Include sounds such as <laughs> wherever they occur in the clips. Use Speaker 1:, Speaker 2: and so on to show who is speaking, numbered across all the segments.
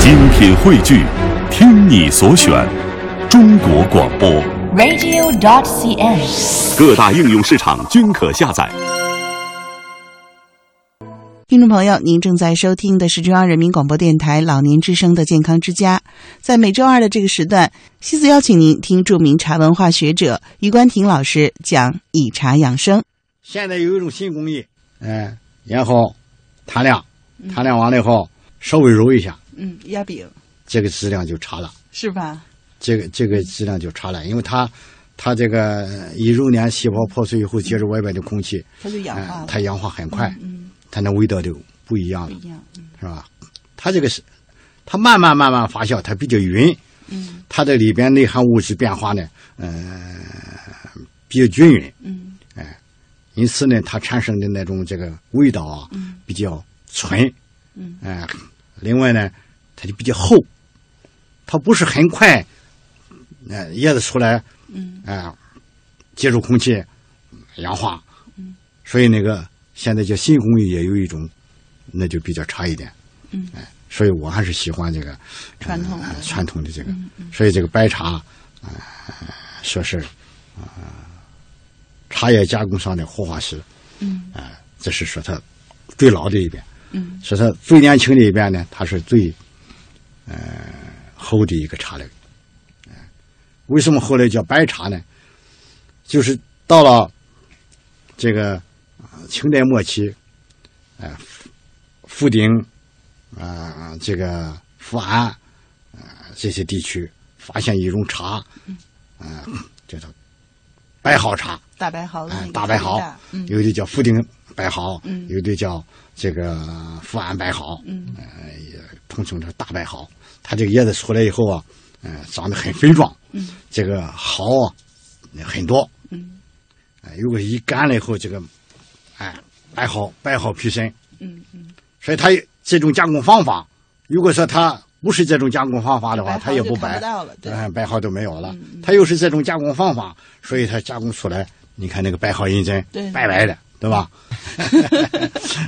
Speaker 1: 精品汇聚，听你所选，中国广播。
Speaker 2: radio.cn。
Speaker 1: 各大应用市场均可下载。
Speaker 3: 听众朋友，您正在收听的是中央人民广播电台老年之声的《健康之家》。在每周二的这个时段，西子邀请您听著名茶文化学者余冠廷老师讲以茶养生。
Speaker 4: 现在有一种新工艺，嗯，然后摊亮，摊亮完了以后稍微揉一下，
Speaker 3: 嗯，压饼
Speaker 4: 这个质量就差了，
Speaker 3: 是吧？
Speaker 4: 这个这个质量就差了，因为它它这个一揉捻细胞破碎以后接触外边的空气，
Speaker 3: 它就氧化
Speaker 4: 嗯
Speaker 3: 了，，
Speaker 4: 它氧化很快，
Speaker 3: 嗯，
Speaker 4: 它那味道就不一样
Speaker 3: 不
Speaker 4: 了，
Speaker 3: 一样，嗯
Speaker 4: 是吧？它这个是它慢慢慢慢发酵，它比较匀，
Speaker 3: 嗯
Speaker 4: 它这里边内含物质变化呢，嗯、比较均匀，哎
Speaker 3: 嗯
Speaker 4: 因此呢，它产生的那种这个味道啊，比较纯，
Speaker 3: 嗯
Speaker 4: 哎、另外呢，它就比较厚，它不是很快，呃，叶子出来，
Speaker 3: 嗯
Speaker 4: 哎、接触空气，氧化，
Speaker 3: 嗯
Speaker 4: 所以那个现在叫新工艺也有一种，那就比较差一点，
Speaker 3: 嗯
Speaker 4: 哎、所以我还是喜欢这个
Speaker 3: 传统的嗯
Speaker 4: 呃传统的这个，所以这个白茶，啊、说是啊、茶叶加工上的活化石，
Speaker 3: 嗯
Speaker 4: 啊、这是说它最老的一边，
Speaker 3: 嗯
Speaker 4: 说它最年轻的一边呢，它是最呃厚的一个茶类。哎为什么后来叫白茶呢？就是到了这个呃清代末期，哎、富鼎啊、这个富安啊、这些地区发现一种茶，啊、叫做白毫茶。
Speaker 3: 大白毫的那
Speaker 4: 哎
Speaker 3: 个，
Speaker 4: 大白
Speaker 3: 特
Speaker 4: 毫
Speaker 3: 别大，嗯
Speaker 4: 有的叫福鼎白毫，
Speaker 3: 嗯
Speaker 4: 有的叫这个富安白毫，
Speaker 3: 嗯
Speaker 4: 呃，也统称它大白毫。它这个叶子出来以后啊，呃，长得很肥壮，
Speaker 3: 嗯
Speaker 4: 这个毫啊很多，
Speaker 3: 嗯
Speaker 4: 呃如果一干了以后，这个哎、白毫白毫皮身，
Speaker 3: 嗯嗯， <laughs>
Speaker 4: 所以它这种加工方法，如果说它不是这种加工方法的话，
Speaker 3: 白毫
Speaker 4: 它也
Speaker 3: 就
Speaker 4: 不
Speaker 3: 看
Speaker 4: 白
Speaker 3: 不，到了，对，嗯
Speaker 4: 嗯，白毫都没有了。它又是这种加工方法，所以它加工出来，你看那个白毫银针
Speaker 3: 对，
Speaker 4: 白白的，对吧？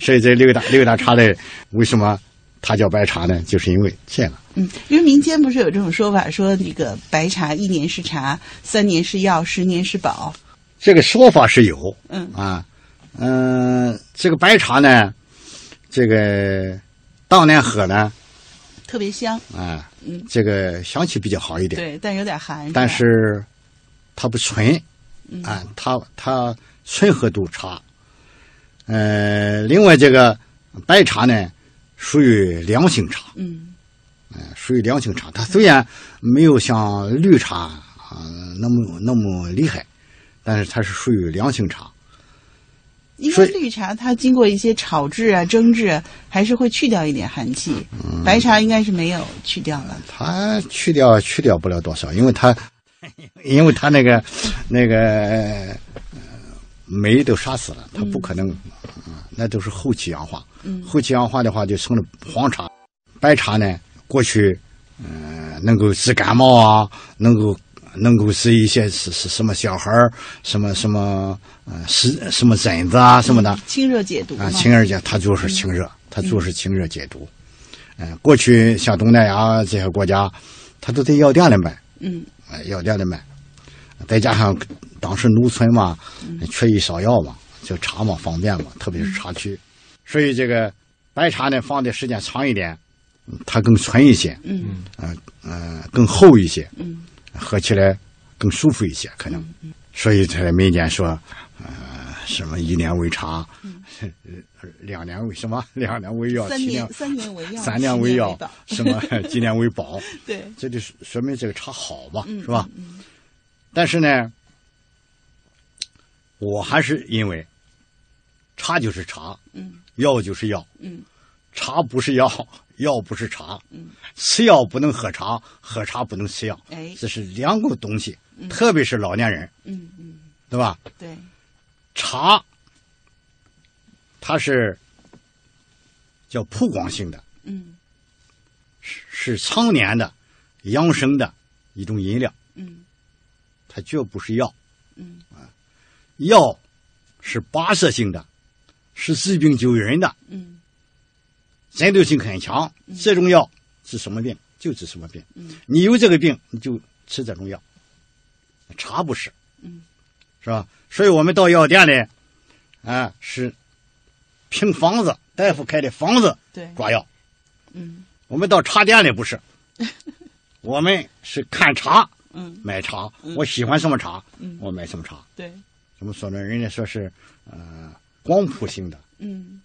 Speaker 4: 所以这
Speaker 3: <laughs>
Speaker 4: 六大六大茶类，为什么它叫白茶呢？就是因为这个。
Speaker 3: 嗯，因为民间不是有这种说法，说那个白茶一年是茶，三年是药，十年是宝。
Speaker 4: 这个说法是有，
Speaker 3: 嗯
Speaker 4: 啊，嗯、这个白茶呢，这个当年喝呢，
Speaker 3: 特别香，
Speaker 4: 啊，
Speaker 3: 嗯
Speaker 4: 这个香气比较好一点，
Speaker 3: 对，但有点寒。
Speaker 4: 但
Speaker 3: 吧
Speaker 4: 是它不纯
Speaker 3: 嗯，
Speaker 4: 啊，它它纯和度差。呃，另外这个白茶呢，属于凉性茶，
Speaker 3: 嗯
Speaker 4: 呃属于凉性茶。它虽然没有像绿茶啊、那么那么厉害，但是它是属于凉性茶。
Speaker 3: 因
Speaker 4: 所
Speaker 3: 为
Speaker 4: 以
Speaker 3: 绿茶它经过一些炒制啊、蒸制啊，还是会去掉一点寒气。
Speaker 4: 嗯
Speaker 3: 白茶应该是没有去掉了。
Speaker 4: 它去掉去掉不了多少，因为它 <laughs> 因为它那个那个呃酶都杀死了，它不可能，啊那都是后期氧化。后期氧化的话，就成了黄茶。白茶呢，过去嗯、呃能够治感冒啊，能够能够治一些什什什么小孩儿什么什么呃湿什么疹子啊什么的。
Speaker 3: 清热解毒嘛嗯
Speaker 4: 啊，，清热解，它就是清热，它就是清热解毒。嗯、过去像东南亚这些国家，它都在药店里买，
Speaker 3: 嗯
Speaker 4: 呃药店里买，再加上当时农村嘛，
Speaker 3: 嗯
Speaker 4: 缺医少药嘛，就茶嘛方便嘛，特别是茶
Speaker 3: 嗯
Speaker 4: 区，所以这个白茶呢放的时间长一点，嗯它更纯一些，
Speaker 3: 嗯
Speaker 4: 呃，更厚一些，
Speaker 3: 嗯，
Speaker 4: 喝起来更舒服一些，可能，所以才民间说，呃，什么一年为茶， <laughs> 两年为什么，两年为药，
Speaker 3: 嗯三
Speaker 4: 七年
Speaker 3: 年三年为药，
Speaker 4: 三
Speaker 3: 十
Speaker 4: 年
Speaker 3: 年
Speaker 4: 为药
Speaker 3: 宝，<laughs>
Speaker 4: 什么几年为宝，
Speaker 3: 对，
Speaker 4: <laughs> 这就说明这个茶好嘛，
Speaker 3: 嗯
Speaker 4: 是吧？但是呢，我还是因为茶就是茶，
Speaker 3: 嗯
Speaker 4: 药就是药，
Speaker 3: 嗯
Speaker 4: 茶不是药，药不是茶，
Speaker 3: 嗯
Speaker 4: 吃药不能喝茶，喝茶不能吃药，
Speaker 3: 哎
Speaker 4: 这是两个东西，特别是老年人，
Speaker 3: 嗯嗯，
Speaker 4: 对吧？
Speaker 3: 对，
Speaker 4: 茶，它是叫曝光性的，
Speaker 3: 嗯
Speaker 4: 是常年的、养生的一种饮料，
Speaker 3: 嗯
Speaker 4: 它绝不是药。啊
Speaker 3: 嗯
Speaker 4: 药是跋涉性的，是治病救人的，
Speaker 3: 嗯
Speaker 4: 针对性很强。这种药治什么病就治什么病。
Speaker 3: 嗯
Speaker 4: 你有这个病，你就吃这种药。茶不是，
Speaker 3: 嗯，
Speaker 4: 是吧？所以我们到药店里，啊，是凭方子，大夫开的方子
Speaker 3: 对，
Speaker 4: 抓药。
Speaker 3: 嗯
Speaker 4: 我们到茶店里
Speaker 3: <laughs>
Speaker 4: 不是，我们是看茶
Speaker 3: 嗯，
Speaker 4: 买茶
Speaker 3: 嗯，
Speaker 4: 我喜欢什么茶，
Speaker 3: 嗯
Speaker 4: 我买什么茶。
Speaker 3: 对，
Speaker 4: 怎么说呢？人家说是呃光谱性的、
Speaker 3: 嗯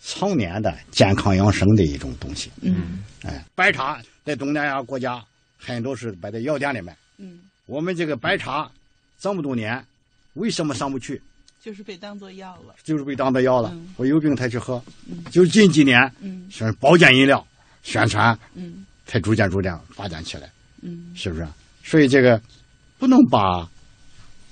Speaker 4: 常年的健康养生的一种东西。
Speaker 3: 嗯
Speaker 4: 哎，白茶在东南亚国家很多是摆在药店里卖。
Speaker 3: 嗯，
Speaker 4: 我们这个白茶这么多年，为什么上不去？
Speaker 3: 就是被当做药了。
Speaker 4: 就是被当做药了。
Speaker 3: 嗯
Speaker 4: 我有病才去喝，就近几年
Speaker 3: 嗯
Speaker 4: 宣保健饮料宣传
Speaker 3: 嗯
Speaker 4: 才逐渐逐渐发展起来，
Speaker 3: 嗯
Speaker 4: 是不是？所以这个不能把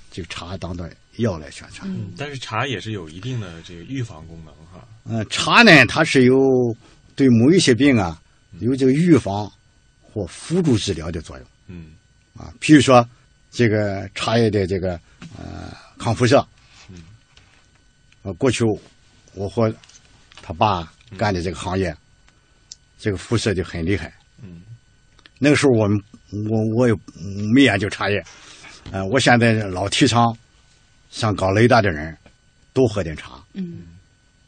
Speaker 4: 这个茶当做药来宣传。
Speaker 3: 嗯
Speaker 2: 但是茶也是有一定的这个预防功能哈。
Speaker 4: 嗯，茶呢，它是有对某一些病啊有这个预防或辅助治疗的作用
Speaker 2: 嗯
Speaker 4: 啊。譬如说，这个茶叶的这个呃抗辐射，
Speaker 2: 嗯
Speaker 4: 呃，过去我和他爸干的这个行业，这个辐射就很厉害。
Speaker 2: 嗯
Speaker 4: 那个时候我们我我也没研究茶叶，呃，我现在老提倡，像搞雷达的人多喝点茶。
Speaker 3: 嗯，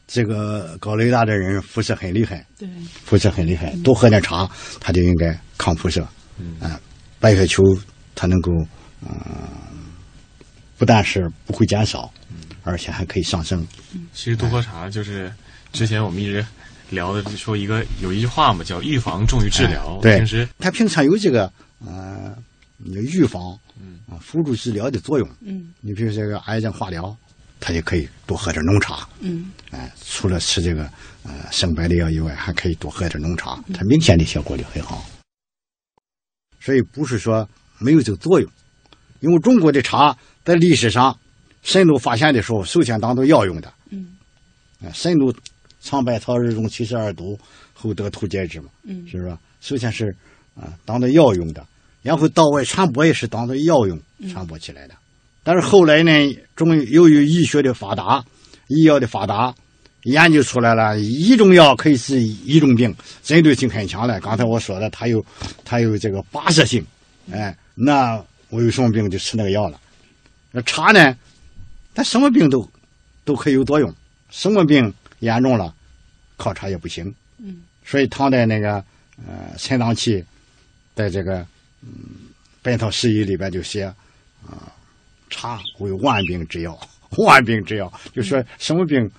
Speaker 4: 这个搞雷达的人辐射很厉害，
Speaker 3: 对，
Speaker 4: 辐射很厉害，多喝点茶，它就应该抗辐射。
Speaker 2: 嗯
Speaker 4: 啊，白血球它能够，嗯、不但是不会减少，
Speaker 2: 嗯
Speaker 4: 而且还可以上升。
Speaker 2: 其实多喝茶就是之前我们一直聊的，说一个有一句话嘛，叫“预防重于治疗”
Speaker 4: 哎对
Speaker 2: 平时
Speaker 4: 它平常有这个呃预防
Speaker 2: 嗯
Speaker 4: 啊辅助治疗的作用。
Speaker 3: 嗯
Speaker 4: 你比如这个癌症化疗，它也可以多喝点浓茶。
Speaker 3: 嗯
Speaker 4: 哎、除了吃这个呃生白的药以外，还可以多喝点浓茶，它明显的效果就很好。所以不是说没有这个作用，因为中国的茶在历史上深度发现的时候，首先当做药用的。
Speaker 3: 嗯
Speaker 4: 啊，深度尝百草而中七十二毒，后得图解之嘛，
Speaker 3: 嗯
Speaker 4: 是不是？首先是啊，当做药用的，然后到外传播也是当做药用
Speaker 3: 嗯
Speaker 4: 传播起来的。但是后来呢，终于由于医学的发达，医药的发达，研究出来了一种药可以治一种病，针对性很强了。刚才我说了，它有它有这个跋涉性，哎，那我有什么病就吃那个药了。那茶呢，它什么病都都可以有作用，什么病严重了，靠茶也不行。
Speaker 3: 嗯，
Speaker 4: 所以唐代那个呃陈档器在这个嗯《本草拾遗》里边就写啊、茶为万病之药， <laughs> 万病之药，就说什么病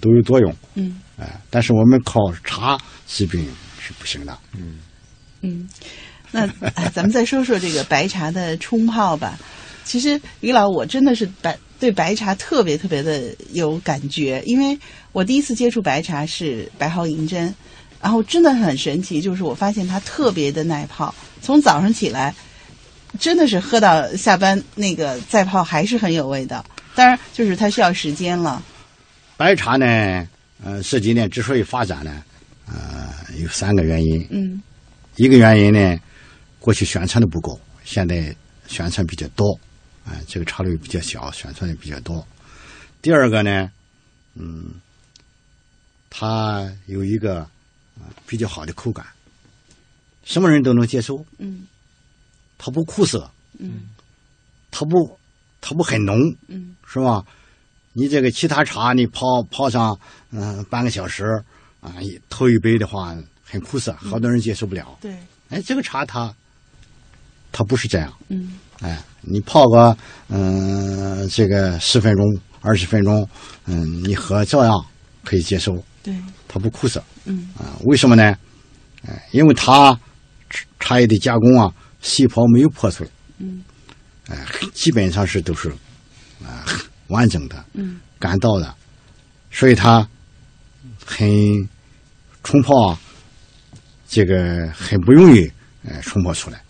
Speaker 4: 都有作用。
Speaker 3: 嗯
Speaker 4: 哎、但是我们靠茶治病是不行的。
Speaker 3: 嗯。那哎咱们再说说这个白茶的冲泡吧。其实于老，我真的是白对白茶特别特别的有感觉，因为我第一次接触白茶是白毫银针，然后真的很神奇，就是我发现它特别的耐泡，从早上起来真的是喝到下班那个再泡还是很有味道。当然，就是它需要时间了。
Speaker 4: 白茶呢，呃，这几年之所以发展呢，呃，有三个原因。
Speaker 3: 嗯
Speaker 4: 一个原因呢，过去宣传的不够，现在宣传比较多，啊、这个茶率比较小，宣传也比较多。第二个呢，嗯，它有一个、呃比较好的口感，什么人都能接受，
Speaker 3: 嗯
Speaker 4: 它不苦涩，
Speaker 3: 嗯
Speaker 4: 它不它不很浓，
Speaker 3: 嗯
Speaker 4: 是吧？你这个其他茶你泡泡上嗯、半个小时啊、一头一杯的话很苦涩，好多人接受不了。
Speaker 3: 对，
Speaker 4: 哎，这个茶它它不是这样，
Speaker 3: 嗯
Speaker 4: 哎，你泡个嗯、这个十分钟、二十分钟，嗯，你喝照样可以接受，
Speaker 3: 对，
Speaker 4: 它不苦涩
Speaker 3: 嗯
Speaker 4: 啊、为什么呢？哎，因为它茶茶叶的加工啊，细胞没有破碎，
Speaker 3: 嗯
Speaker 4: 哎，基本上是都是啊、完整的、
Speaker 3: 嗯
Speaker 4: 干燥的，所以它很冲泡啊，这个很不容易呃冲泡出来，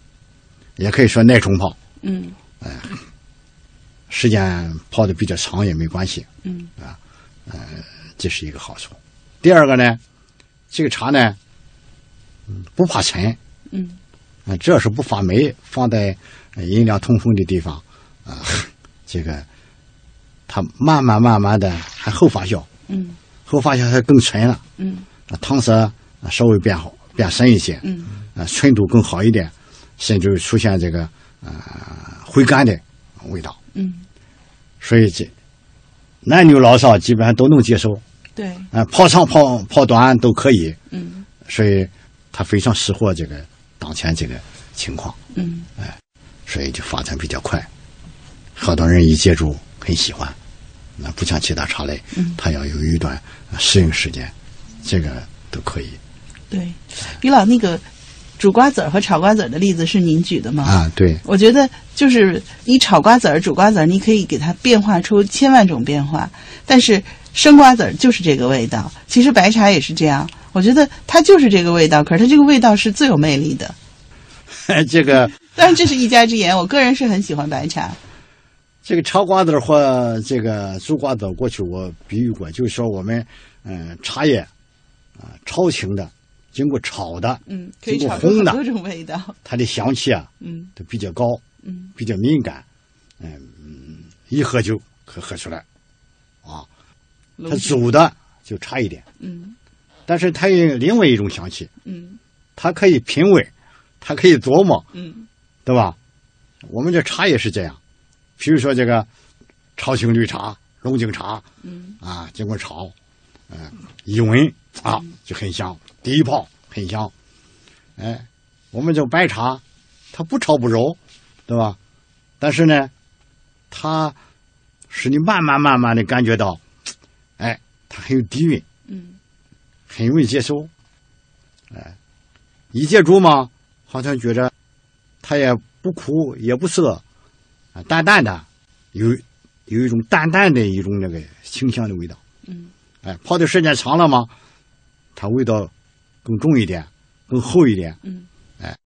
Speaker 4: 也可以说耐冲泡，
Speaker 3: 嗯
Speaker 4: 时间泡的比较长也没关系，
Speaker 3: 嗯
Speaker 4: 这是一个好处。第二个呢，这个茶呢，嗯不怕沉，
Speaker 3: 嗯
Speaker 4: 啊，只要是不发霉，放在呃阴凉通风的地方，啊，这个它慢慢慢慢的还后发酵，
Speaker 3: 嗯
Speaker 4: 后发酵它更沉了，
Speaker 3: 嗯
Speaker 4: 啊，汤色啊稍微变好，变深一些，
Speaker 3: 嗯，
Speaker 4: 啊，纯度更好一点，甚至出现这个呃回甘的味道。
Speaker 3: 嗯，
Speaker 4: 所以这男女老少基本上都能接受，
Speaker 3: 对，
Speaker 4: 啊，泡长泡泡短都可以，
Speaker 3: 嗯
Speaker 4: 所以它非常适合这个当前这个情况，
Speaker 3: 嗯
Speaker 4: 所以就发展比较快。好多人一接触很喜欢，那不像其他茶类，它要有一段呃适应时间，这个都可以
Speaker 3: 对。于老那个煮瓜子儿和炒瓜子儿的例子是您举的吗？
Speaker 4: 啊。对， <laughs>
Speaker 3: 我觉得就是你炒瓜子儿、煮瓜子儿，你可以给它变化出千万种变化，但是生瓜子儿就是这个味道。其实白茶也是这样，我觉得它就是这个味道，可是它这个味道是最有魅力的。
Speaker 4: 这个
Speaker 3: 当然，这是一家之言，我个人是很喜欢白茶。
Speaker 4: 这个炒瓜子儿或这个煮瓜子儿，过去我比喻过，就是说我们嗯茶叶啊超轻的，经过炒的，
Speaker 3: 嗯，可以
Speaker 4: 经过
Speaker 3: 炒出很
Speaker 4: 烘的
Speaker 3: 多种味道。
Speaker 4: 它的香气啊
Speaker 3: 嗯
Speaker 4: 都比较高，
Speaker 3: 嗯
Speaker 4: 比较敏感，嗯，嗯一喝就可喝出来，啊，它
Speaker 3: 龙
Speaker 4: 煮的就差一点，
Speaker 3: 嗯
Speaker 4: 但是它有另外一种香气，
Speaker 3: 嗯
Speaker 4: 它可以品味，它可以琢磨，
Speaker 3: 嗯
Speaker 4: 对吧？我们这茶也是这样，比如说这个绍兴绿茶、龙井茶
Speaker 3: 嗯
Speaker 4: 啊，经过炒，嗯、一闻啊就很香，第一泡很香，哎，我们这白茶，它不炒不揉，对吧？但是呢，它使你慢慢慢慢的感觉到，哎，它很有底蕴，
Speaker 3: 嗯
Speaker 4: 很容易接受，哎，一接触嘛，好像觉着它也不苦也不涩，啊，淡淡的，有有一种淡淡的一种那个清香的味道，
Speaker 3: 嗯
Speaker 4: 哎，泡的时间长了嘛，它味道更重一点，更厚一点，
Speaker 3: 嗯